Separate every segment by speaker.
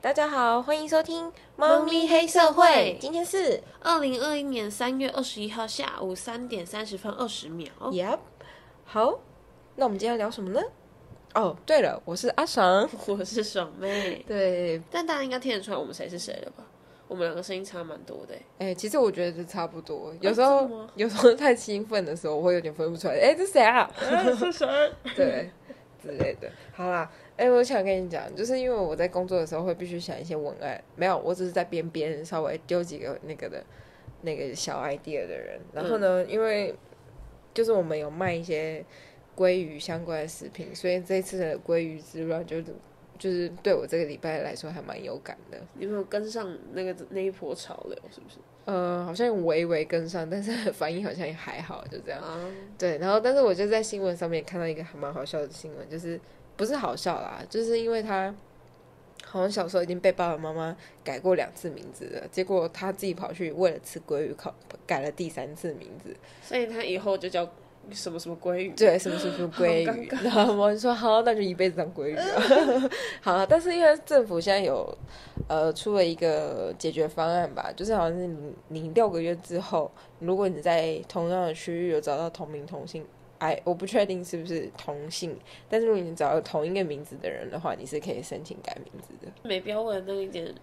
Speaker 1: 大家好，欢迎收听《猫咪黑社会》，今天是
Speaker 2: 二零二一年三月二十一号下午三点三十分二十秒。
Speaker 1: Yep，好，那我们今天要聊什么呢？哦，对了，我是阿爽，
Speaker 2: 我是爽妹，
Speaker 1: 对，
Speaker 2: 但大家应该听得出来我们谁是谁了吧？我们两个声音差蛮多的欸。
Speaker 1: 哎、其实我觉得是差不多，有
Speaker 2: 啊
Speaker 1: 时候、
Speaker 2: 真的吗
Speaker 1: 有时候太兴奋的时候，我会有点分不出来，哎、这谁啊？
Speaker 2: 是 谁？
Speaker 1: 对，之类的。好啦，哎、我想跟你讲，就是因为我在工作的时候会必须想一些文案，没有，我只是在边边稍微丢几个那个的，那个小 idea 的人。然后呢，因为就是我们有卖一些鲑鱼相关的食品，所以这次的鲑鱼之乱就是就是对我这个礼拜来说还蛮有感的。
Speaker 2: 有没有跟上那个那一波潮流？是不是？
Speaker 1: 呃，好像有微微跟上，但是反应好像也还好，就这样。
Speaker 2: 啊，
Speaker 1: 对，然后但是我就在新闻上面看到一个还蛮好笑的新闻，就是不是好笑啦，就是因为他好像小时候已经被爸爸妈妈改过两次名字了，结果他自己跑去为了吃鲑鱼烤改了第三次名字，
Speaker 2: 所以他以后就叫什么什么鲑鱼？
Speaker 1: 对，什么什么鲑
Speaker 2: 好
Speaker 1: 鱼
Speaker 2: 尴，尬
Speaker 1: 然后我们说好，那就一辈子当鲑鱼啊。好啊，但是因为政府现在有呃出了一个解决方案吧，就是好像是你你六个月之后，如果你在同样的区域有找到同名同姓。哎，我不确定是不是同姓，但是如果你找到同一个名字的人的话，你是可以申请改名字的，
Speaker 2: 没必要为了那一点，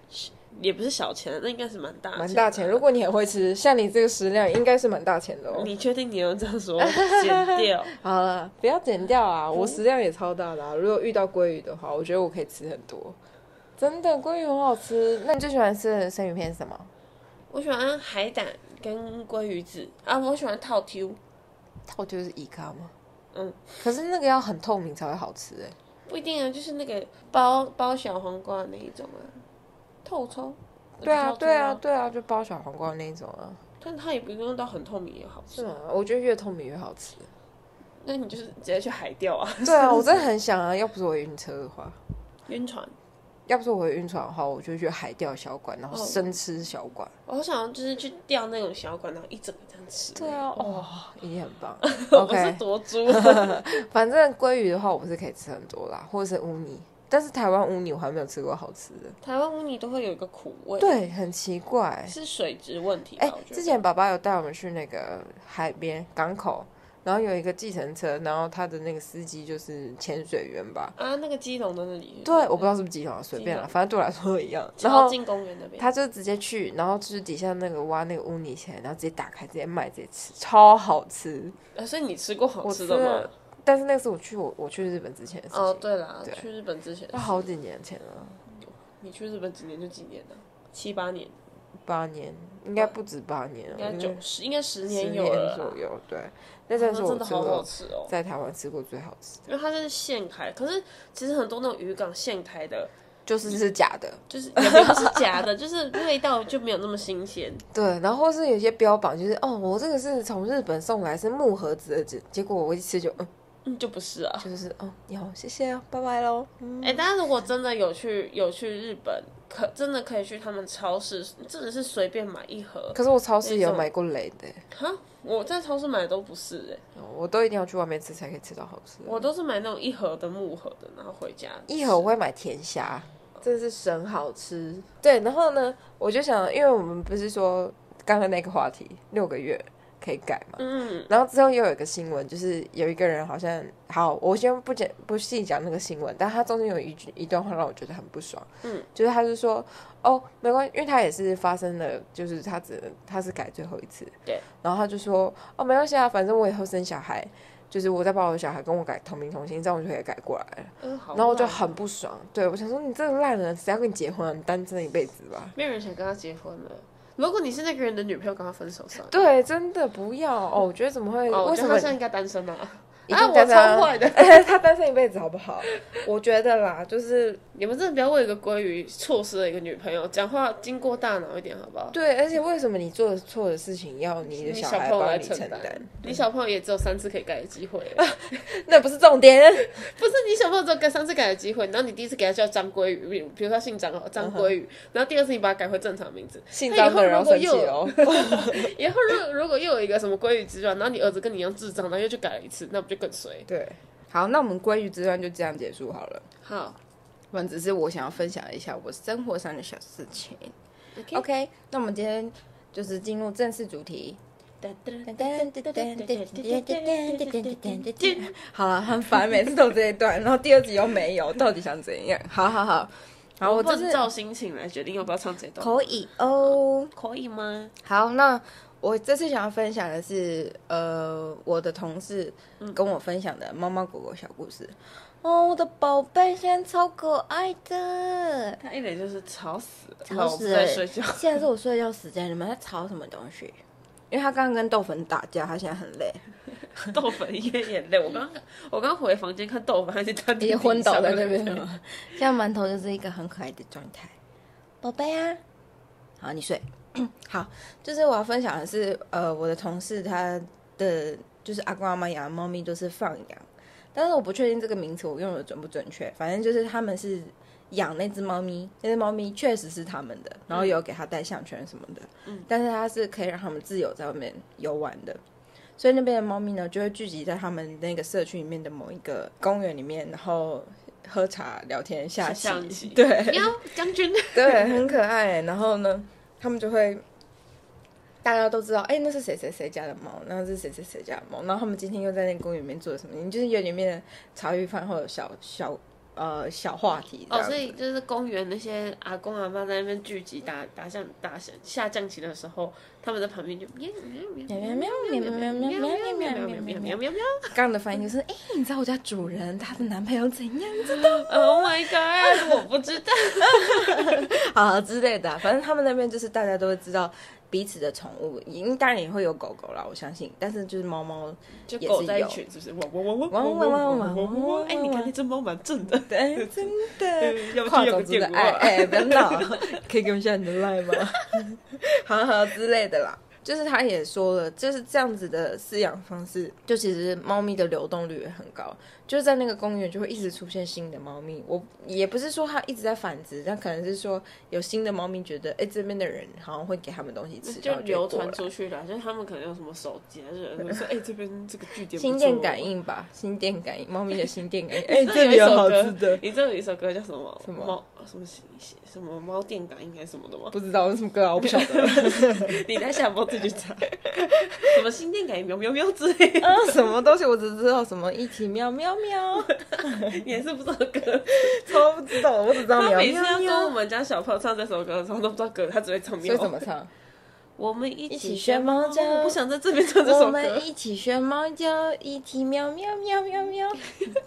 Speaker 2: 也不是小钱，那应该是蛮大
Speaker 1: 蛮大
Speaker 2: 钱
Speaker 1: 钱。
Speaker 2: 的。
Speaker 1: 如果你很会吃，像你这个食量，应该是蛮大钱的哦。
Speaker 2: 你确定你要这样 说？剪掉。
Speaker 1: 好了，不要剪掉啊！我食量也超大的、啊，如果遇到鲑鱼的话，我觉得我可以吃很多。真的，鲑鱼很好吃。那你最喜欢吃的生鱼片是什么？
Speaker 2: 我喜欢海胆跟鲑鱼子啊，我喜欢套 Q，
Speaker 1: 透哦就是伊卡吗？
Speaker 2: 嗯，
Speaker 1: 可是那个要很透明才会好吃哎、
Speaker 2: 不一定啊，就是那个包包小黄瓜的那一种啊，透抽。
Speaker 1: 对啊，
Speaker 2: 我就
Speaker 1: 对啊，
Speaker 2: 透抽，
Speaker 1: 对啊，就包小黄瓜那一种啊。
Speaker 2: 但它也不用到很透明也好吃。
Speaker 1: 是吗？啊我觉得越透明越好 吃。
Speaker 2: 那你就是直接去海钓啊，
Speaker 1: 对啊，我真的很想啊！要不是我晕车的话，
Speaker 2: 晕船。
Speaker 1: 要不是我会晕船的话，我就去海钓小馆，然后
Speaker 2: 哦
Speaker 1: 生吃小馆。
Speaker 2: 我好想要就是去钓那种小管，然后一整个这样吃。
Speaker 1: 对啊，哦，已经很 棒。
Speaker 2: 我不是
Speaker 1: OK，
Speaker 2: 多猪。
Speaker 1: 反正鲑鱼的话，我是可以吃很多啦，或者是乌泥。但是台湾乌泥我还没有吃过好吃的，
Speaker 2: 台湾乌泥都会有一个苦味，，
Speaker 1: 对，很奇怪。
Speaker 2: 是水质问题吧。
Speaker 1: 哎、
Speaker 2: 我觉得
Speaker 1: 之前爸爸有带我们去那个海边港口，然后有一个计程车，然后他的那个司机就是潜水员吧？
Speaker 2: 啊，那个基隆的那里，
Speaker 1: 对，我不知道是不是基隆啊，随便
Speaker 2: 基
Speaker 1: 啦，
Speaker 2: 隆
Speaker 1: 反正对我来说都一样。然
Speaker 2: 超
Speaker 1: 后
Speaker 2: 近公园那边，
Speaker 1: 他就直接去，然后就是底下那个挖那个污泥起来，然后直接打开，直接卖，直接吃，超好吃。
Speaker 2: 啊所以你吃过好
Speaker 1: 我
Speaker 2: 吃
Speaker 1: 吃
Speaker 2: 的吗
Speaker 1: 了？但是那个是我去我我去日本之前的事情，
Speaker 2: 哦，对啦，
Speaker 1: 对
Speaker 2: 去日本之前
Speaker 1: 那，好几年前了。
Speaker 2: 你去日本几年就几年了、七八年，
Speaker 1: 八年，应该不止八年
Speaker 2: 应
Speaker 1: 了，
Speaker 2: 该
Speaker 1: 我觉
Speaker 2: 九
Speaker 1: 得
Speaker 2: 十，应该十
Speaker 1: 嗯十
Speaker 2: 年
Speaker 1: 年
Speaker 2: 有了啦
Speaker 1: 左。右。对，哦那真的是
Speaker 2: 啊
Speaker 1: 我
Speaker 2: 真的
Speaker 1: 吃
Speaker 2: 好好
Speaker 1: 过
Speaker 2: 吃哦，
Speaker 1: 在台湾吃过最好吃的，
Speaker 2: 因为它是现开，可是其实很多那种渔港现开的，
Speaker 1: 就是是假的。
Speaker 2: 就是也不是假的，就是味道就没有那么新鲜。
Speaker 1: 对，然后或是有些标榜就是哦，我这个是从日本送来是木盒子的，结结果我一吃就嗯，
Speaker 2: 嗯，就不是啊。
Speaker 1: 就是哦，你好，谢谢啊，拜拜喽。嗯，
Speaker 2: 哎、大家如果真的有去有去日本，可真的可以去他们超市，真的是随便买一盒。
Speaker 1: 可是我超市也有
Speaker 2: 那种
Speaker 1: 买过雷的欸，哦
Speaker 2: 哈，我在超市买的都不是哎、
Speaker 1: 我都一定要去外面吃才可以吃到好吃的。
Speaker 2: 我都是买那种一盒的木盒的，然后回家
Speaker 1: 一盒我会买甜虾，真是神好吃。对，然后呢，我就想，因为我们不是说刚刚那个话题六个月可以改嘛，
Speaker 2: 嗯，
Speaker 1: 然后之后又有一个新闻，就是有一个人好像好，我先不讲不细讲那个新闻，但他中间有一句一段话让我觉得很不爽，
Speaker 2: 嗯，
Speaker 1: 就是他是说哦没关系，因为他也是发生了，就是他只能他是改最后一次，
Speaker 2: 对，
Speaker 1: 然后他就说哦没关系啊，反正我以后生小孩，就是我再把我的小孩跟我改同名同姓，这样我就可以改过来了。
Speaker 2: 嗯，好烂哦。
Speaker 1: 然后我就很不爽，对我想说你这个烂人，谁要跟你结婚、啊？你单身一辈子吧。
Speaker 2: 没有人想跟他结婚了。如果你是那个人的女朋友，跟他分手算了。
Speaker 1: 对，真的不要哦！我觉得怎么会？
Speaker 2: 哦，我
Speaker 1: 为什
Speaker 2: 觉得
Speaker 1: 么
Speaker 2: 他现在应该单身啊？
Speaker 1: 一
Speaker 2: 啊，
Speaker 1: 定
Speaker 2: 我
Speaker 1: 单身啊
Speaker 2: 超坏的！
Speaker 1: 他单身一辈子好不好？我觉得啦，就是
Speaker 2: 你们真的不要为一个鲑鱼错失了一个女朋友，讲话经过大脑一点好不好？
Speaker 1: 对，而且为什么你做的错的事情要你的
Speaker 2: 你
Speaker 1: 小
Speaker 2: 小
Speaker 1: 孩
Speaker 2: 朋友
Speaker 1: 帮
Speaker 2: 来
Speaker 1: 你承
Speaker 2: 担
Speaker 1: 担？，
Speaker 2: 你小朋友也只有三次可以改的机会，
Speaker 1: 那不是重点。
Speaker 2: 不是你小朋友只有改三次改的机会，然后你第一次给他叫张鲑鱼，比如比如说他姓张哦，张鲑鱼，然后第二次你把他改回正常名字，
Speaker 1: 姓
Speaker 2: 那以
Speaker 1: 张
Speaker 2: 后
Speaker 1: 的人要
Speaker 2: 如果
Speaker 1: 生气
Speaker 2: 又
Speaker 1: 哦。
Speaker 2: 以后如如果又有一个什么鲑鱼之乱，然后你儿子跟你一样智障，然后又去改了一次，那不就更衰？
Speaker 1: 对，好，那我们鲑鱼之乱就这样结束好了。
Speaker 2: 好，
Speaker 1: 反正只是我想要分享一下我生活上的小事情。
Speaker 2: OK
Speaker 1: OK，那我们今天就是进入正式主题。好了，很烦，每次都这一段，然后第二集又没有，到底想怎样？好好好，好，我
Speaker 2: 我
Speaker 1: 就
Speaker 2: 就是
Speaker 1: 是
Speaker 2: 照心情来决定要不要唱这段，
Speaker 1: 可以哦。
Speaker 2: 可以吗？
Speaker 1: 好，那我这次想要分享的是，呃，我的同事跟我分享的猫猫狗狗小故事。哦，我的宝贝现在超可爱的，
Speaker 2: 他一脸就是吵死欸了，
Speaker 1: 吵死
Speaker 2: 老
Speaker 1: 了
Speaker 2: 子在睡觉。
Speaker 1: 现在是我睡觉时间，你们在吵什么东西？因为他刚刚跟豆粉打架，他现在很累，
Speaker 2: 豆粉也眼泪，我刚刚我刚回房间看豆粉，还是他
Speaker 1: 已经昏倒在那 边了。现在馒头就是一个很可爱的状态，宝贝啊，好，你睡。 好，就是我要分享的是，呃，我的同事他的就是阿公阿妈养的猫咪都是放养，但是我不确定这个名词我用的准不准确，反正就是他们是养那只猫咪，那只猫咪确实是他们的，然后有给它戴项圈什么的，嗯，但是它是可以让他们自由在外面游玩的，所以那边的猫咪呢就会聚集在他们那个社区里面的某一个公园里面，然后喝茶、聊天、下
Speaker 2: 下象棋
Speaker 1: 对，
Speaker 2: 喵，将军，
Speaker 1: 对，很可爱。然后呢，他们就会大家都知道，哎、那是谁谁谁家的猫，那是谁谁谁家的猫。然后他们今天又在那个公园里面做了什么？你就是有点变成茶余饭后的小小呃小话题这
Speaker 2: 哦，
Speaker 1: 样。
Speaker 2: 所以就是公园那些阿公阿妈在那边聚集打打象打象下象棋的时候，他们在旁边就喵喵喵
Speaker 1: 喵喵喵喵喵喵喵喵喵喵喵喵
Speaker 2: 喵喵喵
Speaker 1: 刚刚的反应就是，哎、你知道我家主人她的男朋友怎样
Speaker 2: ，Oh my god，我不知道，
Speaker 1: 啊之类的啊、反正他们那边就是大家都会知道彼此的宠物，因当然也会有狗狗啦，我相信，但是就是猫猫
Speaker 2: 就
Speaker 1: 也
Speaker 2: 狗
Speaker 1: 是
Speaker 2: 在一
Speaker 1: 有
Speaker 2: 群，是不是？汪汪汪
Speaker 1: 汪
Speaker 2: 汪汪
Speaker 1: 汪汪
Speaker 2: 汪汪汪汪
Speaker 1: 汪
Speaker 2: 汪！哎，你看那只猫蛮正的，
Speaker 1: 对，哎 真的
Speaker 2: 要不
Speaker 1: 跨
Speaker 2: 去有
Speaker 1: 种
Speaker 2: 个
Speaker 1: 族的
Speaker 2: 电
Speaker 1: 爱，
Speaker 2: 话。
Speaker 1: 哎、不要闹，可以给我一下你的 line 吗？ 好好之类的啦。就是他也说了，就是这样子的饲养方式，就其实猫咪的流动率也很高，就是在那个公园就会一直出现新的猫咪。我也不是说它一直在繁殖，但可能是说有新的猫咪觉得，哎、这边的人好像会给他们东西吃，
Speaker 2: 就
Speaker 1: 然后会
Speaker 2: 流
Speaker 1: 过
Speaker 2: 传
Speaker 1: 来
Speaker 2: 出去了，就是他们可能有什么手机啊，就是说，哎、这边这个据点不
Speaker 1: 心电
Speaker 2: 错
Speaker 1: 感，应吧，心电感应，猫咪的心电 感应。哎、
Speaker 2: 你知
Speaker 1: 这
Speaker 2: 道有
Speaker 1: 里
Speaker 2: 一
Speaker 1: 有
Speaker 2: 首
Speaker 1: 好
Speaker 2: 歌
Speaker 1: 吃的，
Speaker 2: 你知道有一首歌叫什么？
Speaker 1: 什么
Speaker 2: 猫什么什么猫电感应该什么的吗？
Speaker 1: 不知道是什么歌啊，我不晓得。
Speaker 2: 你在下播自己查，什么心电感应喵喵喵之类的，
Speaker 1: 啊，什么东西？我只知道什么一起喵喵喵，
Speaker 2: 你还是不知道歌。
Speaker 1: 超不知道的，我只知道
Speaker 2: 他
Speaker 1: 喵
Speaker 2: 每次
Speaker 1: 喵
Speaker 2: 要跟我
Speaker 1: 喵。
Speaker 2: 们家小朋友唱这首歌的时候都不知道歌，他只会唱
Speaker 1: 所
Speaker 2: 喵。
Speaker 1: 以怎么？唱？
Speaker 2: 我们一
Speaker 1: 一
Speaker 2: 起
Speaker 1: 起学猫叫
Speaker 2: 我不想在这边唱这
Speaker 1: 我
Speaker 2: 首歌。
Speaker 1: 们
Speaker 2: 哎
Speaker 1: 一起学猫叫，一起喵喵喵喵喵。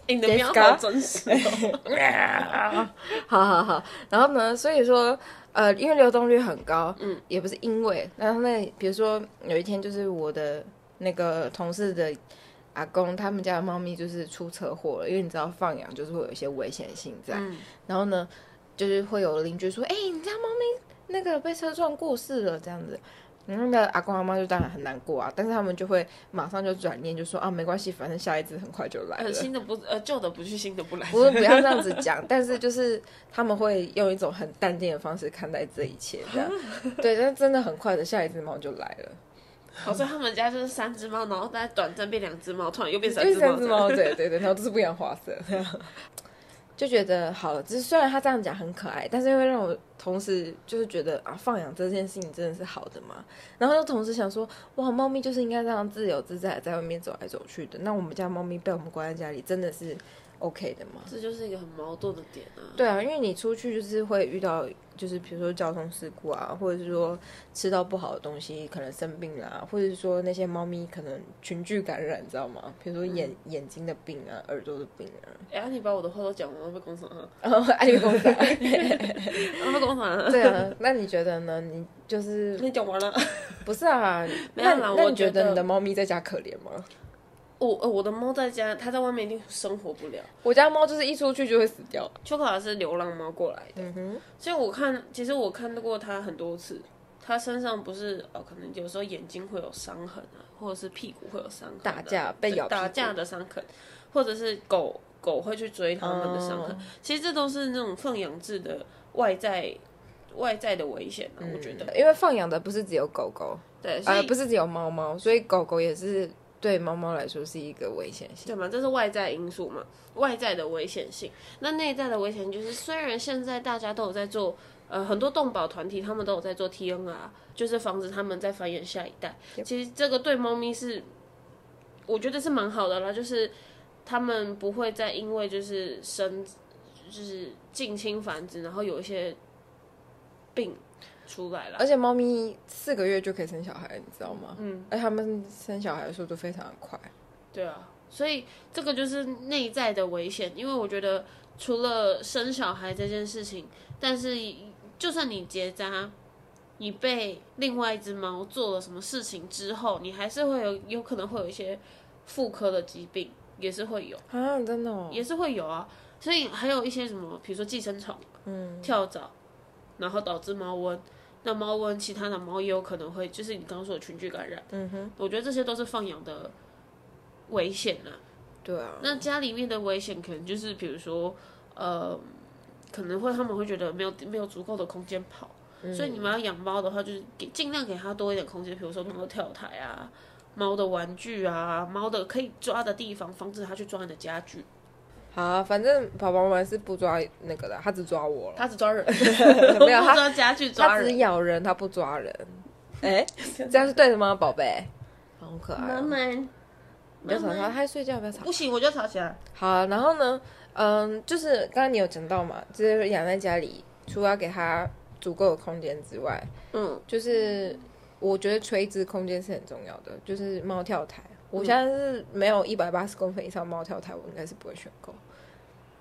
Speaker 2: 你的喵好真实哦。
Speaker 1: 好好好，然后呢？所以说，呃，因为流动率很高，嗯，也不是因为，然后那比如说有一天就是我的那个同事的阿公，他们家的猫咪就是出车祸了，因为你知道放养就是会有一些危险性 在，
Speaker 2: 嗯
Speaker 1: 然后呢，就是会有邻居说，哎、你家猫咪那个被车撞过世了这样子。然后那个阿公阿妈就当然很难过啊，但是他们就会马上就转念，就说啊没关系，反正下一只很快就来
Speaker 2: 呃，
Speaker 1: 了。
Speaker 2: 新的不呃，旧的不去，新的不 来。
Speaker 1: 不是不要这样子讲，但是就是他们会用一种很淡定的方式看待这一切，这 样对。但真的很快的，下一只猫就来了，
Speaker 2: 好像他们家就是三只猫，然后大家短暂变两只猫，突然又变三
Speaker 1: 因为
Speaker 2: 只猫。
Speaker 1: 三只猫，对对对，然后都是不一样花色，这样就觉得好了。只是虽然他这样讲很可爱，但是又会让我同时就是觉得啊，放养这件事情真的是好的吗？然后又同时想说，哇，猫咪就是应该这样自由自在地在外面走来走去的。那我们家猫咪被我们关在家里，真的是 OK 的吗？
Speaker 2: 这就是一个很矛盾的点啊。
Speaker 1: 对啊，因为你出去就是会遇到，就是比如说交通事故啊，或者是说吃到不好的东西，可能生病啦、或者是说那些猫咪可能群聚感染，你知道吗？比如说眼、
Speaker 2: 嗯
Speaker 1: 眼睛的病啊，耳朵的病啊，
Speaker 2: 哎、啊你把我的话都讲完了，被工厂啊，
Speaker 1: 然后爱公仔。
Speaker 2: 啊被工厂啊，
Speaker 1: 对啊，那你觉得呢？你就是
Speaker 2: 你讲完了。
Speaker 1: 不是啊？
Speaker 2: 没有
Speaker 1: 那
Speaker 2: 啦
Speaker 1: 那
Speaker 2: 我
Speaker 1: 你
Speaker 2: 觉
Speaker 1: 觉得
Speaker 2: 得
Speaker 1: 你的猫咪在家可怜吗？
Speaker 2: 我呃，我的猫在家，它在外面一定生活不了。
Speaker 1: 我家猫就是一出去就会死掉。
Speaker 2: 秋卡是流浪猫过来的，
Speaker 1: 嗯哼，
Speaker 2: 所以我看，其实我看过它很多次。它身上不是呃，可能有时候眼睛会有伤痕啊，或者是屁股会有伤痕啊、
Speaker 1: 打架被
Speaker 2: 对
Speaker 1: 咬屁股
Speaker 2: 打架的伤痕，或者是狗狗会去追它们的伤痕。
Speaker 1: 哦
Speaker 2: 其实这都是那种放养制的外在外在的危险
Speaker 1: 嗯
Speaker 2: 啊，我觉得。
Speaker 1: 因为放养的不是只有狗狗，
Speaker 2: 对，所以、
Speaker 1: 呃，不是只有猫猫，所以狗狗也是对猫猫来说是一个危险性。
Speaker 2: 对吗？这是外在因素嘛，外在的危险性。那内在的危险就是，虽然现在大家都有在做，呃，很多动保团体他们都有在做 TNR，就是防止他们在繁衍下一代。其实这个对猫咪是，我觉得是蛮好的啦，就是他们不会再因为就是生，就是近亲繁殖，然后有一些病出来了。
Speaker 1: 而且猫咪四个月就可以生小孩，你知道吗？嗯，而且它们生小孩的速度非常的快。
Speaker 2: 对啊，所以这个就是内在的危险，因为我觉得除了生小孩这件事情，但是就算你结扎，你被另外一只猫做了什么事情之后，你还是会有有可能会有一些妇科的疾病，也是会有，
Speaker 1: 啊，真的、哦，
Speaker 2: 也是会有啊。所以还有一些什么，比如说寄生虫、
Speaker 1: 嗯，
Speaker 2: 跳蚤，然后导致猫瘟。那猫瘟，其他的猫也有可能会，就是你刚刚说的群聚感染。
Speaker 1: 嗯哼，
Speaker 2: 我觉得这些都是放养的危险啊。
Speaker 1: 对啊，
Speaker 2: 那家里面的危险可能就是，比如说，呃，可能会他们会觉得没有没有足够的空间跑，
Speaker 1: 嗯
Speaker 2: 所以你们要养猫的话，就是给尽量给它多一点空间，比如说猫的跳台啊、猫的玩具啊、猫的可以抓的地方，防止它去抓你的家具。
Speaker 1: 好啊反正宝宝们是不抓那个的，它只抓我 了，
Speaker 2: 它只 抓人，
Speaker 1: 没有
Speaker 2: 不
Speaker 1: 它
Speaker 2: 抓家具，抓
Speaker 1: 它只
Speaker 2: 人。
Speaker 1: 咬人，它不抓人。哎、这样是对的吗，宝贝？好可爱
Speaker 2: 妈
Speaker 1: 哦、
Speaker 2: 妈，
Speaker 1: 不要吵
Speaker 2: 妈妈
Speaker 1: 它，它睡觉不要吵。
Speaker 2: 不行，我就要吵起来。
Speaker 1: 好啊，然后呢，嗯，就是刚刚你有讲到嘛，就是养在家里，除了要给它足够的空间之外，
Speaker 2: 嗯，
Speaker 1: 就是我觉得垂直空间是很重要的，就是猫跳台。
Speaker 2: 嗯
Speaker 1: 我现在是没有一百八十公分以上猫跳台，我应该是不会选购，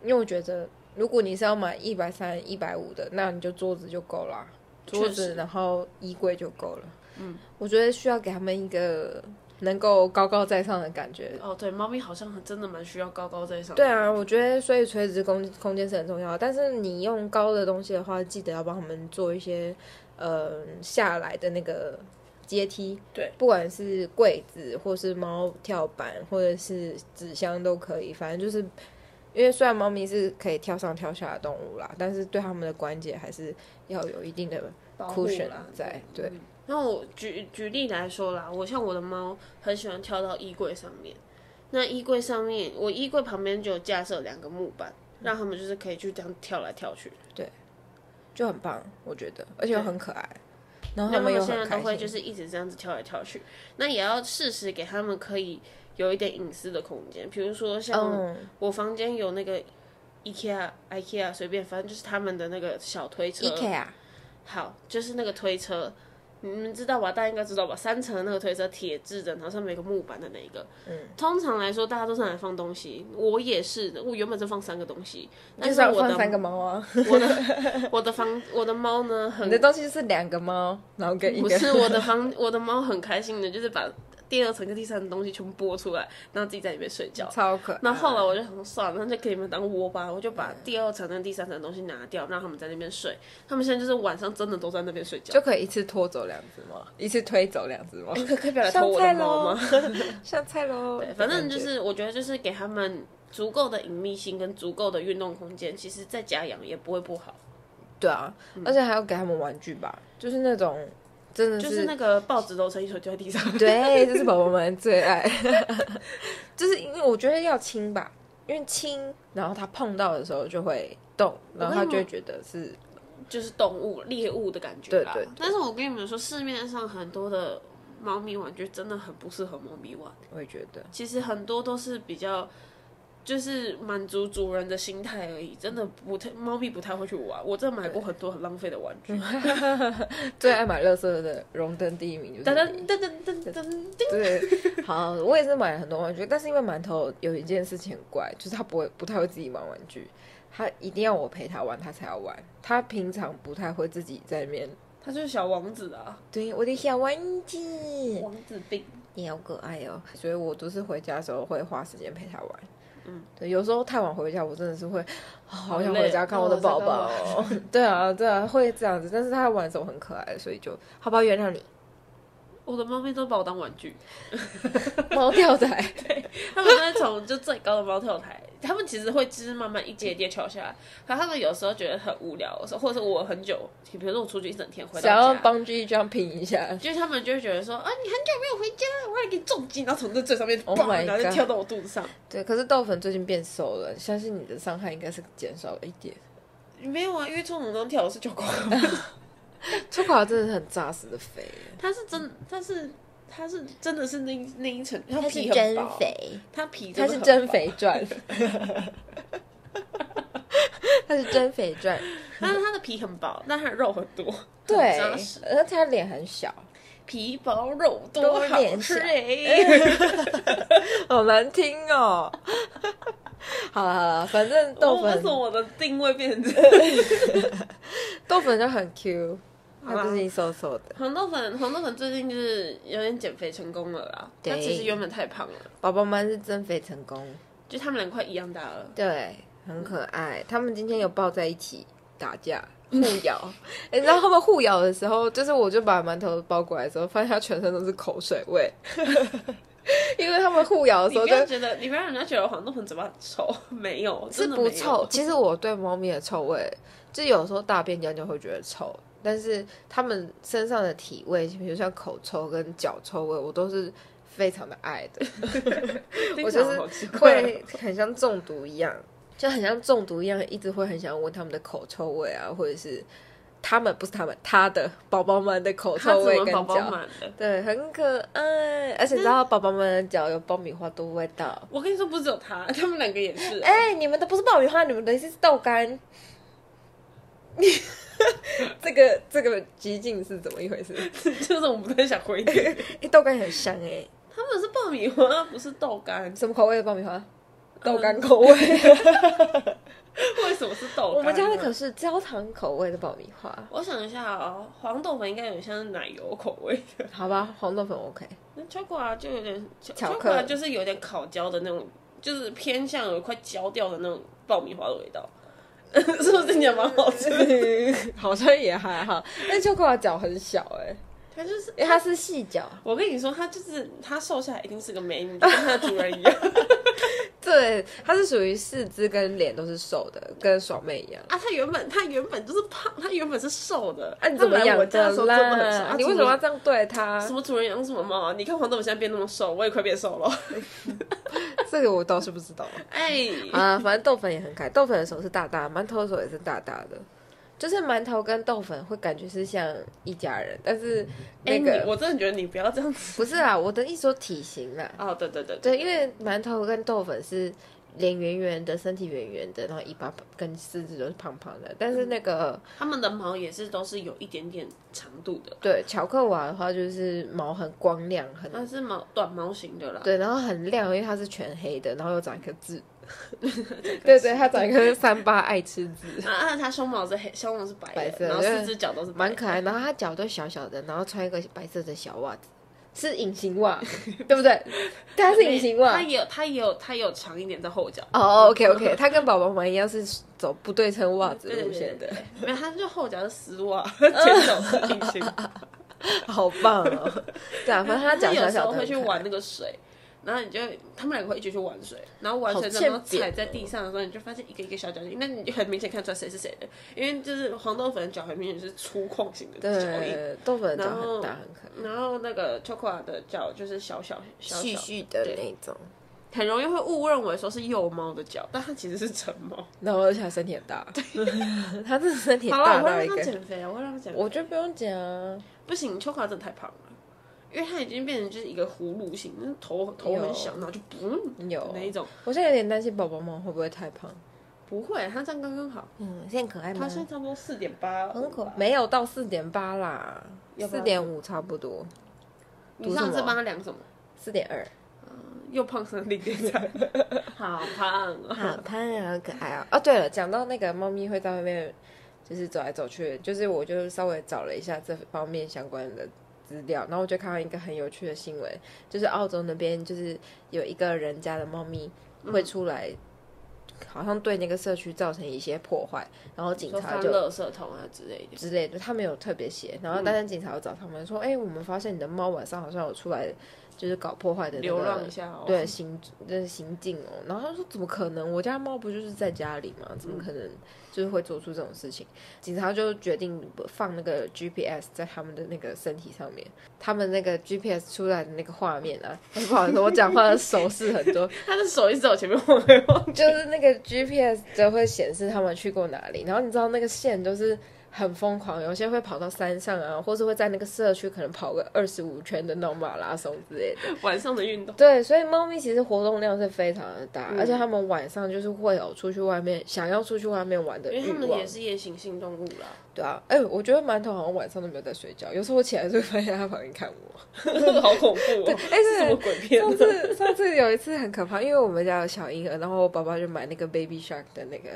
Speaker 1: 因为我觉得如果你是要买一百三、一百五的，那你就桌子就够啦，桌
Speaker 2: 确实
Speaker 1: 子然后衣柜就够了。嗯，我觉得需要给他们一个能够高高在上的感觉，
Speaker 2: 哦，对，猫咪好像很真的蛮需要高高在上。
Speaker 1: 对，啊，我觉得所以垂直空空间是很重要的，但是你用高的东西的话，记得要帮他们做一些呃下来的那个阶梯，
Speaker 2: 对，
Speaker 1: 不管是柜子或是猫跳板或者是纸箱都可以，反正就是因为虽然猫咪是可以跳上跳下的动物啦，但是对它们的关节还是要有一定的
Speaker 2: 保护
Speaker 1: cushion
Speaker 2: 啦，嗯
Speaker 1: 在，对，
Speaker 2: 那我举举例来说啦，我像我的猫很喜欢跳到衣柜上面，那衣柜上面我衣柜旁边就有架设两个木板，让它们就是可以去这样跳来跳去。
Speaker 1: 就很棒，我觉得，而且又很可爱，然后它
Speaker 2: 那
Speaker 1: 们
Speaker 2: 它们
Speaker 1: 又
Speaker 2: 现
Speaker 1: 很
Speaker 2: 在都
Speaker 1: 开
Speaker 2: 会
Speaker 1: 心
Speaker 2: 就。是一直这样子跳来跳去，那也要适时给它们可以有一点隐私的空间，比如说像
Speaker 1: 嗯，
Speaker 2: 我房间有那个 IKEA、IKEA 随便，反正就是他们的那个小推车。
Speaker 1: 一 k 啊，
Speaker 2: 好，就是那个推车，你们知道吧？大家应该知道吧？三层的那个推车，铁质的，然后上面有个木板的那一个。嗯，通常来说，大家都是拿来放东西，我也是的。我原本是放三个东西，但
Speaker 1: 就是是要
Speaker 2: 我
Speaker 1: 放三个
Speaker 2: 的
Speaker 1: 猫啊。
Speaker 2: 我的我的房我的猫呢，
Speaker 1: 你
Speaker 2: 很
Speaker 1: 的东西就是两个猫，然后跟一
Speaker 2: 不
Speaker 1: 个
Speaker 2: 是 我的房我的猫很开心的，就是把第二层跟第三层东西全部拨出来，然后自己在里面睡觉。
Speaker 1: 超可爱。
Speaker 2: 那后来我就想说算了，那就给你们当窝吧。我就把第二层跟第三层的东西拿掉，让他们在那边睡。他们现在就是晚上真的都在那边睡觉。
Speaker 1: 就可以一次拖走两只猫，一次推走两只猫，
Speaker 2: 哎可 可以不要来偷我的猫吗？
Speaker 1: 上菜喽。
Speaker 2: 对，反正就是我觉得就是给他们足够的隐秘性跟足够的运动空间，其实在家养也不会不好。
Speaker 1: 对啊，
Speaker 2: 嗯
Speaker 1: 而且还要给他们玩具吧，就是那种真的
Speaker 2: 就是那个报纸揉成一球丢在地上，
Speaker 1: 对，这是宝宝们最爱， 就是因为我觉得要亲吧，因为亲，然后它碰到的时候就会动，然后它就会觉得是
Speaker 2: 就是动物猎物的感觉啦。
Speaker 1: 对对对
Speaker 2: 但是我跟你们说，市面上很多的猫咪玩具真的很不适合猫咪玩，
Speaker 1: 我也觉得
Speaker 2: 其实很多都是比较。就是满足主人的心态而已，真的不太猫咪不太会去玩。我真的买过很多很浪费的玩具，
Speaker 1: 嗯最爱买乐色的荣登第一名就是
Speaker 2: 噔
Speaker 1: 你。
Speaker 2: 噔噔噔噔噔，
Speaker 1: 对，好，我也是买了很多玩具，但是因为馒头有一件事情很怪，就是他不会不太会自己玩玩具，他一定要我陪他玩，他才要玩。他平常不太会自己在那边，
Speaker 2: 它就是小王子啊，
Speaker 1: 对我的小玩具，
Speaker 2: 王子病。
Speaker 1: 你好可爱哦。所以我都是回家的时候会花时间陪他玩。
Speaker 2: 嗯，
Speaker 1: 对，有时候太晚回家，我真的是会，啊好想
Speaker 2: 累
Speaker 1: 回家看我的宝宝哦。 对啊，对啊，会这样子，但是他玩的时候很可爱，所以就好吧，原谅你。
Speaker 2: 我的猫咪都把我当玩具，
Speaker 1: 猫跳台，
Speaker 2: 他们都会从就最高的猫跳台他们其实会就是慢慢一阶一阶敲下来。可他们有时候觉得很无聊的时候，或者是我很久，比如说我出去一整天回到
Speaker 1: 想要
Speaker 2: 家，
Speaker 1: 帮 G jumping 一下，
Speaker 2: 就是他们就会觉得说啊，你很久没有回家了，我来给你重击，然后从这最上面
Speaker 1: Oh
Speaker 2: 砰
Speaker 1: my
Speaker 2: 然后就
Speaker 1: God
Speaker 2: 跳到我肚子上。
Speaker 1: 对。可是豆粉最近变瘦了，相信你的伤害应该是减少了一点。
Speaker 2: 没有啊，因为冲龙刚跳的是九宫，
Speaker 1: 秋垮真的是很扎实的肥，
Speaker 2: 他是真，他是他是真的是那一那一层，他
Speaker 3: 他是
Speaker 2: 皮
Speaker 3: 真
Speaker 2: 很薄，
Speaker 3: 肥，
Speaker 2: 他皮
Speaker 1: 他
Speaker 2: 真
Speaker 1: 是
Speaker 2: 的很
Speaker 1: 真
Speaker 2: 薄
Speaker 1: 肥 赚，
Speaker 3: 他是真肥赚，
Speaker 2: 但是它的皮很薄，但它的肉很多，
Speaker 1: 对
Speaker 2: 很扎实，，
Speaker 1: 而且他脸很小，
Speaker 2: 皮薄肉多
Speaker 3: 多
Speaker 2: 好
Speaker 3: 脸
Speaker 2: 吃
Speaker 3: 小
Speaker 2: 哎、
Speaker 1: 好难听哦。好了好了，反正豆
Speaker 2: 我为什
Speaker 1: 粉
Speaker 2: 么我的定位变成这样？
Speaker 1: 豆粉就很 Q，他就是
Speaker 2: 啦
Speaker 1: 一瘦瘦的。
Speaker 2: 黄豆粉，黄豆粉最近就是有点减肥成功了啦。
Speaker 3: 对
Speaker 2: 他其实原本太胖了，
Speaker 1: 宝宝们是增肥成功，
Speaker 2: 就他们俩快一样大了。
Speaker 1: 对，很可爱。他们今天有抱在一起打架。
Speaker 2: 嗯
Speaker 1: 互咬，你知道他们互咬的时候，就是我就把馒头包过来的时候，发现他全身都是口水 味，因为他们互咬的
Speaker 2: 你
Speaker 1: 时候
Speaker 2: 不
Speaker 1: 就
Speaker 2: 要觉得，你不要让人家觉得黄豆粉嘴巴很臭， 没有，
Speaker 1: 是
Speaker 2: 真的
Speaker 1: 不
Speaker 2: 没有
Speaker 1: 臭。。其实我对猫咪的臭味，就有时候大便干就会觉得臭，但是它们身上的体味，比如像口臭跟脚臭味，我都是非常的爱的，我就是
Speaker 2: 是
Speaker 1: 会很像中毒一样，就很像中毒一样，一直会很想闻它们的口臭味啊，或者是它们不是它们，它的宝宝们的口
Speaker 2: 他
Speaker 1: 臭
Speaker 2: 怎
Speaker 1: 味
Speaker 2: 么
Speaker 1: 跟
Speaker 2: 宝宝
Speaker 1: 脚。
Speaker 2: 满的？
Speaker 1: 对，很可爱，而且你知道宝宝们的脚有爆米花的味道。
Speaker 2: 我跟你说，不只有他，他们两个也是。
Speaker 1: 哎、你们的不是爆米花，你们的是豆干。这个这个极境是怎么一回事？
Speaker 2: 就是我不太想 回你。
Speaker 1: 哎、豆干很香哎、
Speaker 2: 他们是爆米花，不是豆干。
Speaker 1: 什么口味的爆米花？豆干口味。
Speaker 2: 为什么是豆干呢？
Speaker 1: 我们家的可是焦糖口味的爆米花，
Speaker 2: 我想一下哦，黄豆粉应该有点像是奶油口味的，
Speaker 1: 好吧，黄豆粉 OK。
Speaker 2: 那巧克力就有点巧
Speaker 1: 巧克
Speaker 2: 巧克力就是有点烤焦的那种，就是偏向有一块焦掉的那种爆米花的味道， 是不是你也蛮好吃？
Speaker 1: 好像也还好，但秋葵的脚很小哎、
Speaker 2: 它就是
Speaker 1: 因为它是细脚。
Speaker 2: 我跟你说，它就是它瘦下来一定是个美女，就跟它的主人一样
Speaker 1: 对，它是属于四肢跟脸都是瘦的，跟爽妹一样。
Speaker 2: 啊！它原本它原本就是胖，它原本是瘦的。
Speaker 1: 啊，你怎么
Speaker 2: 它来
Speaker 1: 养
Speaker 2: 我家
Speaker 1: 的
Speaker 2: 的时候真的很瘦
Speaker 1: 啦
Speaker 2: 啊？
Speaker 1: 你为
Speaker 2: 主
Speaker 1: 什么要
Speaker 2: 人
Speaker 1: 这样对 它？
Speaker 2: 什么主人养什么猫啊？你看黄豆粉现在变那么瘦，我也快变瘦了。
Speaker 1: 这个我倒是不知道。
Speaker 2: 哎，
Speaker 1: 啊，反正豆粉也很可爱，豆粉的手是大大，馒头的手也是大大的，就是馒头跟豆粉会感觉是像一家人，但是
Speaker 2: 哎，
Speaker 1: 那
Speaker 2: 你
Speaker 1: 个、
Speaker 2: 我真的觉得你不要这样子。
Speaker 1: 不是啊，我的意思说体型啊啦，
Speaker 2: 哦，对对对
Speaker 1: 对，因为馒头跟豆粉是脸圆圆的，身体圆圆的，然后尾巴跟四肢都是胖胖的，但是那个、
Speaker 2: 他们的毛也是都是有一点点长度的，
Speaker 1: 对巧克瓦的话就是毛很光亮，很
Speaker 2: 它是毛短毛型的啦。
Speaker 1: 对，然后很亮，因为它是全黑的，然后又长一颗 痣，对对，它长一颗三八爱吃痣。
Speaker 2: 啊，啊它胸毛是黑，胸毛是白的，
Speaker 1: 白色的
Speaker 2: 然后四只脚都是白
Speaker 1: 蛮
Speaker 2: 的
Speaker 1: 可爱。然后他脚都小小的，然后穿一个白色的小袜子，是隐形 袜，对不对？对，它是隐形袜
Speaker 2: 它。也有它也有它也有长一点在后脚。
Speaker 1: 哦、o k OK，他跟宝宝们一样是走不对称袜子
Speaker 2: 对对
Speaker 1: 路
Speaker 2: 对对
Speaker 1: 线的，
Speaker 2: 对，没有，它就后脚是丝袜，
Speaker 1: 嗯
Speaker 2: 前脚是平 行。
Speaker 1: 好棒哦！对啊，反正他脚
Speaker 2: 有
Speaker 1: 小
Speaker 2: 时
Speaker 1: 小
Speaker 2: 候
Speaker 1: 的，
Speaker 2: 会去玩那个水，然后你就他们两个会一起去玩水，然后玩水
Speaker 1: 好
Speaker 2: 之后然后
Speaker 1: 欠扁哦
Speaker 2: 踩在地上的时候，你就发现一个一个小脚印，那你就很明显看出来谁是谁的，因为就是黄豆粉的脚很明显是粗犷型的脚印。
Speaker 1: 对，豆粉的脚
Speaker 2: 然后
Speaker 1: 很大很可爱，
Speaker 2: 然后那个 chocola 的脚就是小小小小，
Speaker 3: 絮絮的那种，
Speaker 2: 很容易会误认为说是幼猫的脚，但它其实是成猫。
Speaker 1: 然后而且它身体很大， 他这身体
Speaker 2: 好了，
Speaker 1: 大
Speaker 2: 我会
Speaker 1: 到一
Speaker 2: 让它
Speaker 1: 个，
Speaker 2: 减肥啊，我会让它减肥。
Speaker 1: 我觉得不用讲啊，
Speaker 2: 不行，chocola 真的太胖了，因为它已经变成就是一个葫芦形，那头头很小，然后就嗯
Speaker 1: 有
Speaker 2: 那一种。
Speaker 1: 我现在有点担心宝宝们会不会太胖，
Speaker 2: 不会，它这样刚刚好。
Speaker 3: 嗯，现在可爱吗
Speaker 2: 它？现在差不多四点八，
Speaker 3: 很可爱
Speaker 1: 没有到四点八啦，
Speaker 2: 要不
Speaker 1: 四
Speaker 2: 然
Speaker 1: 点五差不多，
Speaker 2: 你上次帮它量什么？
Speaker 1: 四点二。
Speaker 2: 又胖成零点三，好胖
Speaker 3: 好
Speaker 2: 啊！
Speaker 3: 胖啊，好可爱哦。
Speaker 1: 哦，对了，讲到那个猫咪会在外面就是走来走去，就是我就稍微找了一下这方面相关的资料，然后我就看到一个很有趣的新闻，就是澳洲那边就是有一个人家的猫咪会出来，好像对那个社区造成一些破坏，然后警
Speaker 2: 说
Speaker 1: 察
Speaker 2: 翻
Speaker 1: 就。
Speaker 2: 垃圾桶啊之类的。
Speaker 1: 之类
Speaker 2: 嗯
Speaker 1: 啊的，他没有特别写，然后但是警察有找他们说，哎、我们发现你的猫晚上好像有出来，就是搞破坏的、这个
Speaker 2: 流浪一下哦。
Speaker 1: 对行的行径哦。然后他说怎么可能？我家猫不就是在家里嘛，怎么可能就是会做出这种事情？警察就决定放那个 GPS 在他们的那个身体上面，他们那个 GPS 出来的那个画面啊，不好意思，我讲话的手势很多，
Speaker 2: 他的手一直在我前面晃来晃去，
Speaker 1: 就是那个 GPS 就会显示他们去过哪里，然后你知道那个线都是很疯狂，有些会跑到山上啊，或是会在那个社区可能跑个二十五圈的那种马拉松之类的。
Speaker 2: 晚上的运动。
Speaker 1: 对，所以猫咪其实活动量是非常的大，
Speaker 2: 嗯
Speaker 1: 而且它们晚上就是会有出去外面想要出去外面玩的
Speaker 2: 因为
Speaker 1: 欲
Speaker 2: 他们
Speaker 1: 望
Speaker 2: 也。是夜行性动物 啦，
Speaker 1: 对啊，哎、我觉得馒头好像晚上都没有在睡觉，有时候我起来就会发现它旁边看我。
Speaker 2: 好恐怖哦！
Speaker 1: 哎、
Speaker 2: 这是什么鬼片
Speaker 1: 上
Speaker 2: 呢？
Speaker 1: 次上次有一次很可怕，因为我们家有小婴儿，然后我爸爸就买那个 Baby Shark 的那个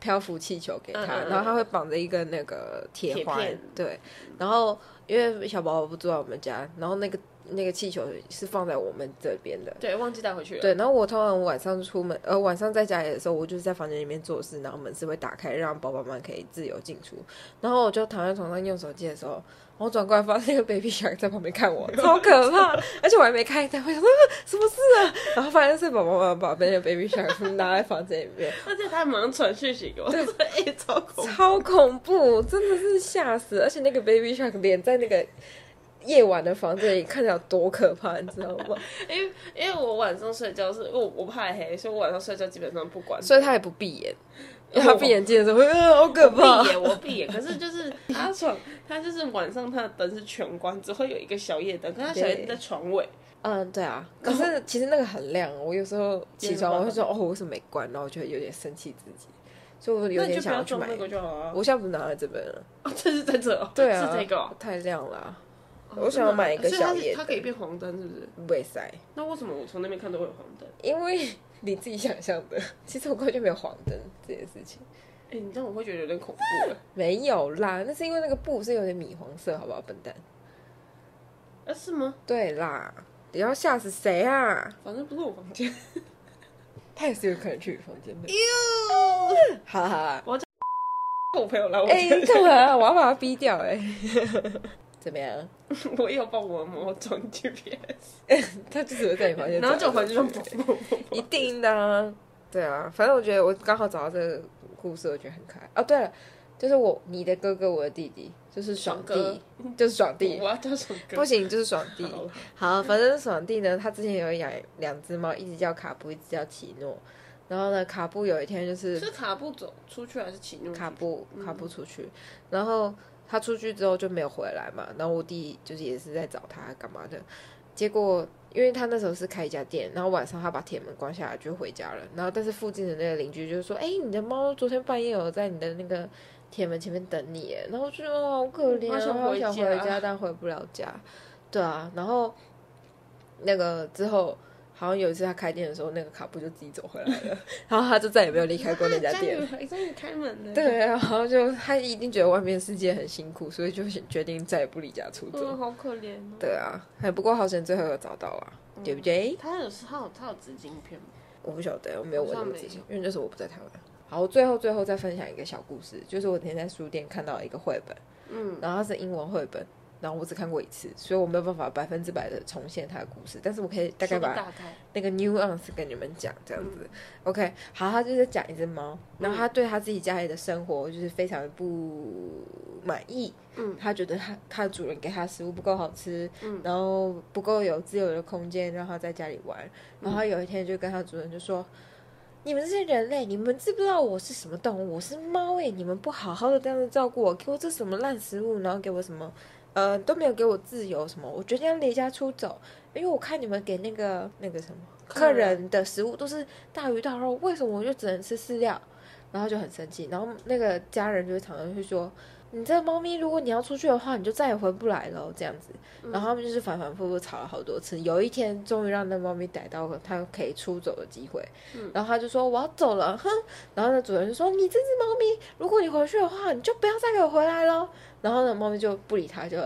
Speaker 1: 漂浮气球给他，
Speaker 2: 嗯嗯嗯
Speaker 1: 然后他会绑着一个那个铁
Speaker 2: 铁
Speaker 1: 环，
Speaker 2: 片
Speaker 1: 对，然后因为小宝宝不住在我们家，然后那个那个气球是放在我们这边的。
Speaker 2: 对，忘记带回去了。
Speaker 1: 对，然后我通常晚上出门，呃，晚上在家里的时候，我就是在房间里面做事，然后门是会打开，让宝宝们可以自由进出。然后我就躺在床上用手机的时候，我转过来发现那个 baby shark 在旁边看我，超可怕！而且我还没开灯，我想说啊什么事啊？然后发现是宝宝们把那个 baby shark 拿在房间里面，
Speaker 2: 而且他马上传讯息给我，说：“哎、超恐 怖！
Speaker 1: 超恐怖，真的是吓死！而且那个 baby shark 脸在那个夜晚的房间里看起来有多可怕，你知道吗？
Speaker 2: 因为因为我晚上睡觉是我我怕黑，所以我晚上睡觉基本上不管。
Speaker 1: 所以他也不闭眼，因为他闭眼睛的时候，呃，好可怕！
Speaker 2: 闭眼哦我闭眼，可是就是他床，他就是晚上他的灯是全关，只会有一个小夜灯，可是他小夜灯在床尾，
Speaker 1: 嗯，对啊，可是其实那个很亮，我有时候起床
Speaker 2: 也
Speaker 1: 我
Speaker 2: 是
Speaker 1: 会说哦，我为什么没关？然后我就会有点生气自己，所以我有
Speaker 2: 那你
Speaker 1: 点
Speaker 2: 就不
Speaker 1: 想
Speaker 2: 要
Speaker 1: 去
Speaker 2: 装
Speaker 1: 买
Speaker 2: 那。个就好了、啊。
Speaker 1: 我现在不是拿在这边了，
Speaker 2: 哦，这是在这哦，
Speaker 1: 对啊，
Speaker 2: 是这个、哦。
Speaker 1: 太亮了啊，
Speaker 2: 哦
Speaker 1: 我想要买一个
Speaker 2: 真的吗
Speaker 1: 小夜
Speaker 2: 所以它是它可以变黄灯，是不是？
Speaker 1: 不会塞，
Speaker 2: 那为什么我从那边看都会有黄灯？
Speaker 1: 因为你自己想象的， 其实我根本就没有黄灯这件事情，
Speaker 2: 哎、你这样我会觉得有点恐怖哎。
Speaker 1: 没有啦，那是因为那个布是有点米黄色，好不好，笨蛋？
Speaker 2: 啊，是吗？
Speaker 1: 对啦，你要吓死谁啊？
Speaker 2: 反正不是我房间。
Speaker 1: 他也是有可能去你房间的。 好啦好啦，
Speaker 2: 我朋友来我
Speaker 1: 哎、
Speaker 2: 家，
Speaker 1: 干嘛？我要把他逼掉哎、 怎么样？
Speaker 2: 我也有帮我妈妈装 GPS，
Speaker 1: 他就只会在你房间
Speaker 2: 然
Speaker 1: 走来走去，
Speaker 2: 后就环境中
Speaker 1: 一定的啊，对啊，反正我觉得我刚好找到这个故事，我觉得很可爱。哦，对了，就是我你的哥哥，我的弟弟，就是爽弟，就是爽弟
Speaker 2: 我，要叫什么歌
Speaker 1: 不？行就是爽弟。
Speaker 2: 好了
Speaker 1: 好，反正爽弟呢，他之前有养两只猫，一只叫卡布，一只叫奇诺。然后呢，卡布有一天就是
Speaker 2: 是卡布走出去还嗯是起怒？
Speaker 1: 卡布卡布出去，然后他出去之后就没有回来嘛，然后我弟就是也是在找他干嘛的，结果因为他那时候是开一家店，然后晚上他把铁门关下来就回家了，然后但是附近的那个邻居就说，哎、你的猫昨天半夜有在你的那个铁门前面等你耶，然后我就觉得哦好可怜、啊，
Speaker 2: 它嗯想
Speaker 1: 好
Speaker 2: 回
Speaker 1: 想
Speaker 2: 家
Speaker 1: 回家，但回不了家，对啊，然后那个之后。好像有一次他开店的时候，那个卡布就自己走回来了， 然后他就再也没有离开过那家店。
Speaker 2: 里还在那里开门呢。，
Speaker 1: 对，啊然后就他一定觉得外面世界很辛苦，所以就决定再也不离家出走。
Speaker 2: 嗯，好可怜
Speaker 1: 啊
Speaker 2: 哦。
Speaker 1: 对啊，还不过好险最后有找到啊，
Speaker 2: 嗯
Speaker 1: 对不对？
Speaker 2: 他有他有他有紫晶片吗？
Speaker 1: 我不晓得，我没有问
Speaker 2: 好
Speaker 1: 那
Speaker 2: 像
Speaker 1: 么
Speaker 2: 没
Speaker 1: 仔细，因为那时候我不在台湾。好，我最后最后再分享一个小故事，就是我那天在书店看到一个绘本，
Speaker 2: 嗯，
Speaker 1: 然后它是英文绘本，然后我只看过一次，所以我没有办法百分之百的重现它的故事，但是我可以大概
Speaker 2: 说不
Speaker 1: 把
Speaker 2: 大概
Speaker 1: 那个 nuance 跟你们讲这样
Speaker 2: 嗯
Speaker 1: 子。OK，好，他就是讲一只猫，然后他对他自己家里的生活就是非常不满意。
Speaker 2: 嗯，
Speaker 1: 他觉得他他的主人给他的食物不够好吃，
Speaker 2: 嗯
Speaker 1: 然后不够有自由的空间让他在家里玩。然后他有一天就跟他主人就说。你们这些人类，你们知不知道我是什么动物？我是猫哎诶、你们不好好的这样子照顾我，给我这什么烂食物，然后给我什么，呃，都没有给我自由什么，我决定要离家出走，因为我看你们给那个 那个什么客人的食物都是大鱼大肉，为什么我就只能吃饲料？然后就很生气，然后那个家人就会常常会说，你这猫咪如果你要出去的话，你就再也回不来了这样子。然后他们就是反反复复吵了好多次，有一天终于让那猫咪逮到了它可以出走的机会，然后他就说我要走了，哼。然后呢，主人就说你这只猫咪，如果你回去的话，你就不要再给我回来喽。然后呢，猫咪就不理它，就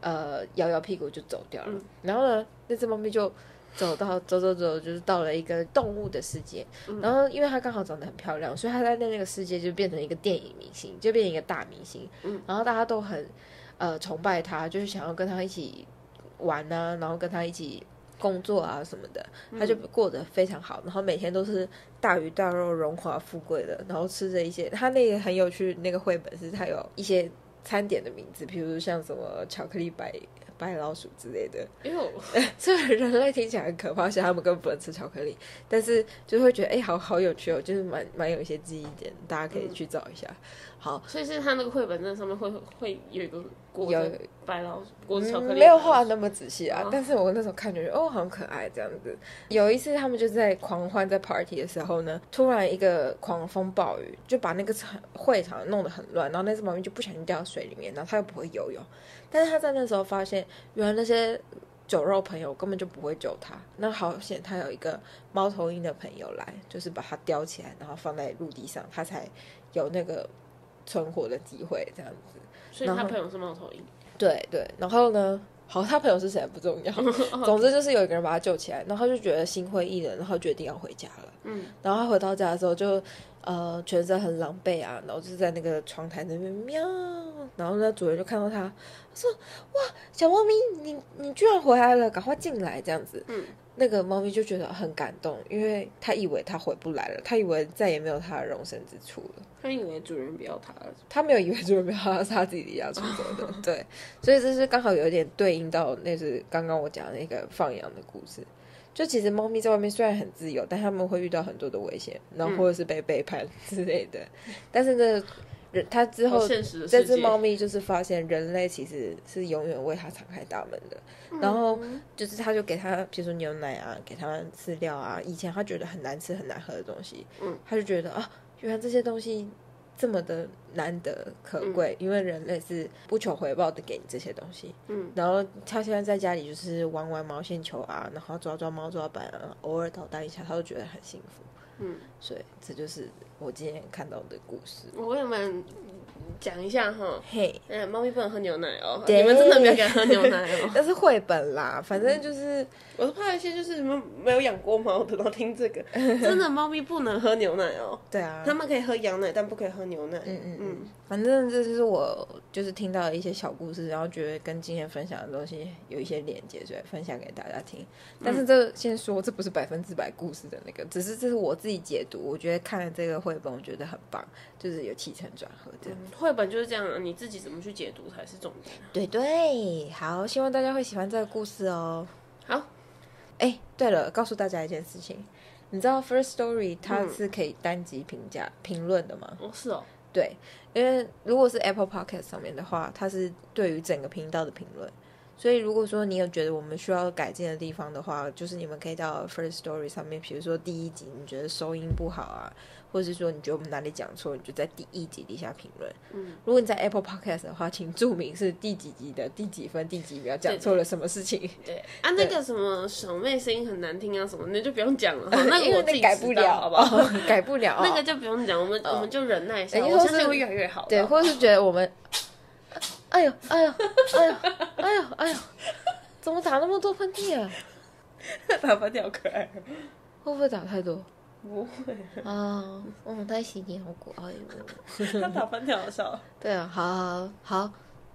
Speaker 1: 呃摇摇屁股就走掉了。
Speaker 2: 嗯
Speaker 1: 然后呢，那只猫咪就走到走走走，就是到了一个动物的世界。然后因为它刚好长得很漂亮，所以它在那个世界就变成一个电影明星，就变成一个大明星。
Speaker 2: 嗯
Speaker 1: 然后大家都很呃崇拜它，就是想要跟它一起玩啊，然后跟它一起。工作啊什么的，他就过得非常好，然后每天都是大鱼大肉、荣华富贵的，然后吃着一些他那个很有趣，那个绘本是他有一些餐点的名字，比如像什么巧克力白白老鼠之类的，
Speaker 2: 因为我
Speaker 1: 虽然人类听起来很可怕，而且他们根本不能吃巧克力，但是就会觉得哎、好好有趣哦，就是蛮蛮有一些记忆点，大家可以去找一下。好，
Speaker 2: 所以是他那个绘本那上面会会有一个裹
Speaker 1: 有
Speaker 2: 着白老鼠，裹着巧克力、
Speaker 1: 嗯没有画得那么仔细啊，
Speaker 2: 哦
Speaker 1: 但是我那时候看就觉得哦，很可爱这样子。有一次他们就在狂欢在 party 的时候呢，突然一个狂风暴雨就把那个场会场弄得很乱，然后那只猫咪就不小心掉到水里面，然后它又不会游泳，但是它在那时候发现，原来那些酒肉朋友根本就不会救它。那好险，它有一个猫头鹰的朋友来，就是把它叼起来，然后放在陆地上，它才有那个存活的机会这样子。
Speaker 2: 所以
Speaker 1: 然
Speaker 2: 他
Speaker 1: 后
Speaker 2: 朋友是猫头鹰。
Speaker 1: 对对，然后呢，好，他朋友是谁不重要，总之就是有一个人把他救起来，然后他就觉得心灰意冷，然后决定要回家了。
Speaker 2: 嗯，
Speaker 1: 然后他回到家的时候就，呃，全身很狼狈啊，然后就在那个窗台那边喵，然后呢，主人就看到他，他说：“哇，小猫咪，你你居然回来了，赶快进来！”这样子，
Speaker 2: 嗯，
Speaker 1: 那个猫咪就觉得很感动，因为它以为它回不来了，它以为再也没有它的容身之处了。
Speaker 2: 他以为主人不要他了，
Speaker 1: 他没有以为就是没有他是他自己离家出走的，对，所以这是刚好有点对应到那是刚刚我讲的那个放羊的故事。就其实猫咪在外面虽然很自由，但他们会遇到很多的危险，然后
Speaker 2: 嗯
Speaker 1: 或者是被背叛之类的。但是呢，人他之
Speaker 2: 好
Speaker 1: 后
Speaker 2: 现实的
Speaker 1: 这
Speaker 2: 世
Speaker 1: 只
Speaker 2: 界。
Speaker 1: 猫咪就是发现人类其实是永远为它敞开大门的，
Speaker 2: 嗯
Speaker 1: 然后就是它就给它，比如说牛奶啊，给它饲料啊，以前它觉得很难吃很难喝的东西，
Speaker 2: 嗯，
Speaker 1: 它就觉得啊，原来这些东西这么的难得可贵，因为人类是不求回报的给你这些东西，
Speaker 2: 嗯，
Speaker 1: 然后它现在在家里就是玩玩毛线球啊，然后抓抓猫抓板啊，偶尔捣蛋一下，它就觉得很幸福，
Speaker 2: 嗯，
Speaker 1: 所以这就是我今天看到的故事，
Speaker 2: 我也蛮讲一下哈。
Speaker 1: 嘿、
Speaker 2: 哎，猫咪不能喝牛奶哦，
Speaker 1: 对
Speaker 2: 你们真的不要给它喝牛奶哦。
Speaker 1: 那是绘本啦，反正就是
Speaker 2: 我是怕一些就是什么没有养过猫的，然后听这个， 真的猫咪不能喝牛奶哦，
Speaker 1: 对啊，
Speaker 2: 它们可以喝羊奶，但不可以喝牛奶。嗯
Speaker 1: 嗯
Speaker 2: 嗯，
Speaker 1: 反正这就是我就是听到的一些小故事，然后觉得跟今天分享的东西有一些连接，所以分享给大家听。但
Speaker 2: 嗯
Speaker 1: 是这先说，这不是百分之百故事的那个，只是这是我自己解读，我觉得看了这个绘本，我觉得很棒，就是有起承转合这样。
Speaker 2: 绘本就是这样啊，你自己怎么去解读才是重点。
Speaker 1: 对对，好，希望大家会喜欢这个故事哦。
Speaker 2: 好，
Speaker 1: 哎，对了，告诉大家一件事情，你知道 First Story 它
Speaker 2: 嗯
Speaker 1: 是可以单集评价、评论的吗？
Speaker 2: 哦是哦，
Speaker 1: 对，因为如果是 Apple Podcast 上面的话，它是对于整个频道的评论。所以如果说你有觉得我们需要改进的地方的话，就是你们可以到 First Story 上面，比如说第一集你觉得收音不好啊，或者是说你觉得我们哪里讲错，你就在第一集底下评论。
Speaker 2: 嗯，
Speaker 1: 如果你在 Apple Podcast 的话，请注明是第几集的第几分第几秒讲错了什么事情。
Speaker 2: 对啊，那个什么小妹声音很难听啊什么，那就不用讲了哈， 那
Speaker 1: 因
Speaker 2: 个
Speaker 1: 为
Speaker 2: 我自己
Speaker 1: 改
Speaker 2: 知
Speaker 1: 不
Speaker 2: 道
Speaker 1: 了，
Speaker 2: 好不好？
Speaker 1: 哦？ 改不了哦，
Speaker 2: 那个就不用讲，我们我们就忍耐哦一下，
Speaker 1: 哎
Speaker 2: 我
Speaker 1: 或
Speaker 2: 相
Speaker 1: 是
Speaker 2: 信会越来越好的。
Speaker 1: 对，或者是觉得我们， 哎呦，哎呦，哎呦，哎呦，哎呦，怎么打那么多喷嚏啊？
Speaker 2: 打发掉可爱，
Speaker 1: 会不会打太多？啊
Speaker 2: 不会，
Speaker 3: 哦，嗯，他洗脸好可爱哦。
Speaker 2: 他打翻掉好笑。
Speaker 1: 哎对啊，好好好，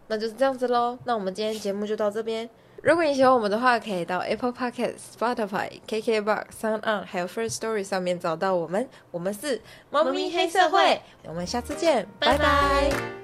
Speaker 1: 那就是这样子喽。那我们今天节目就到这边。如果你喜欢我们的话，可以到 Apple Podcast、Spotify、KKBox、Sound On 还有 First Story 上面找到我们。我们是猫
Speaker 2: 咪
Speaker 1: 咪
Speaker 2: 黑
Speaker 1: 黑
Speaker 2: 社
Speaker 1: 社
Speaker 2: 会
Speaker 1: 会，我们下次见，拜
Speaker 2: 拜拜
Speaker 1: 拜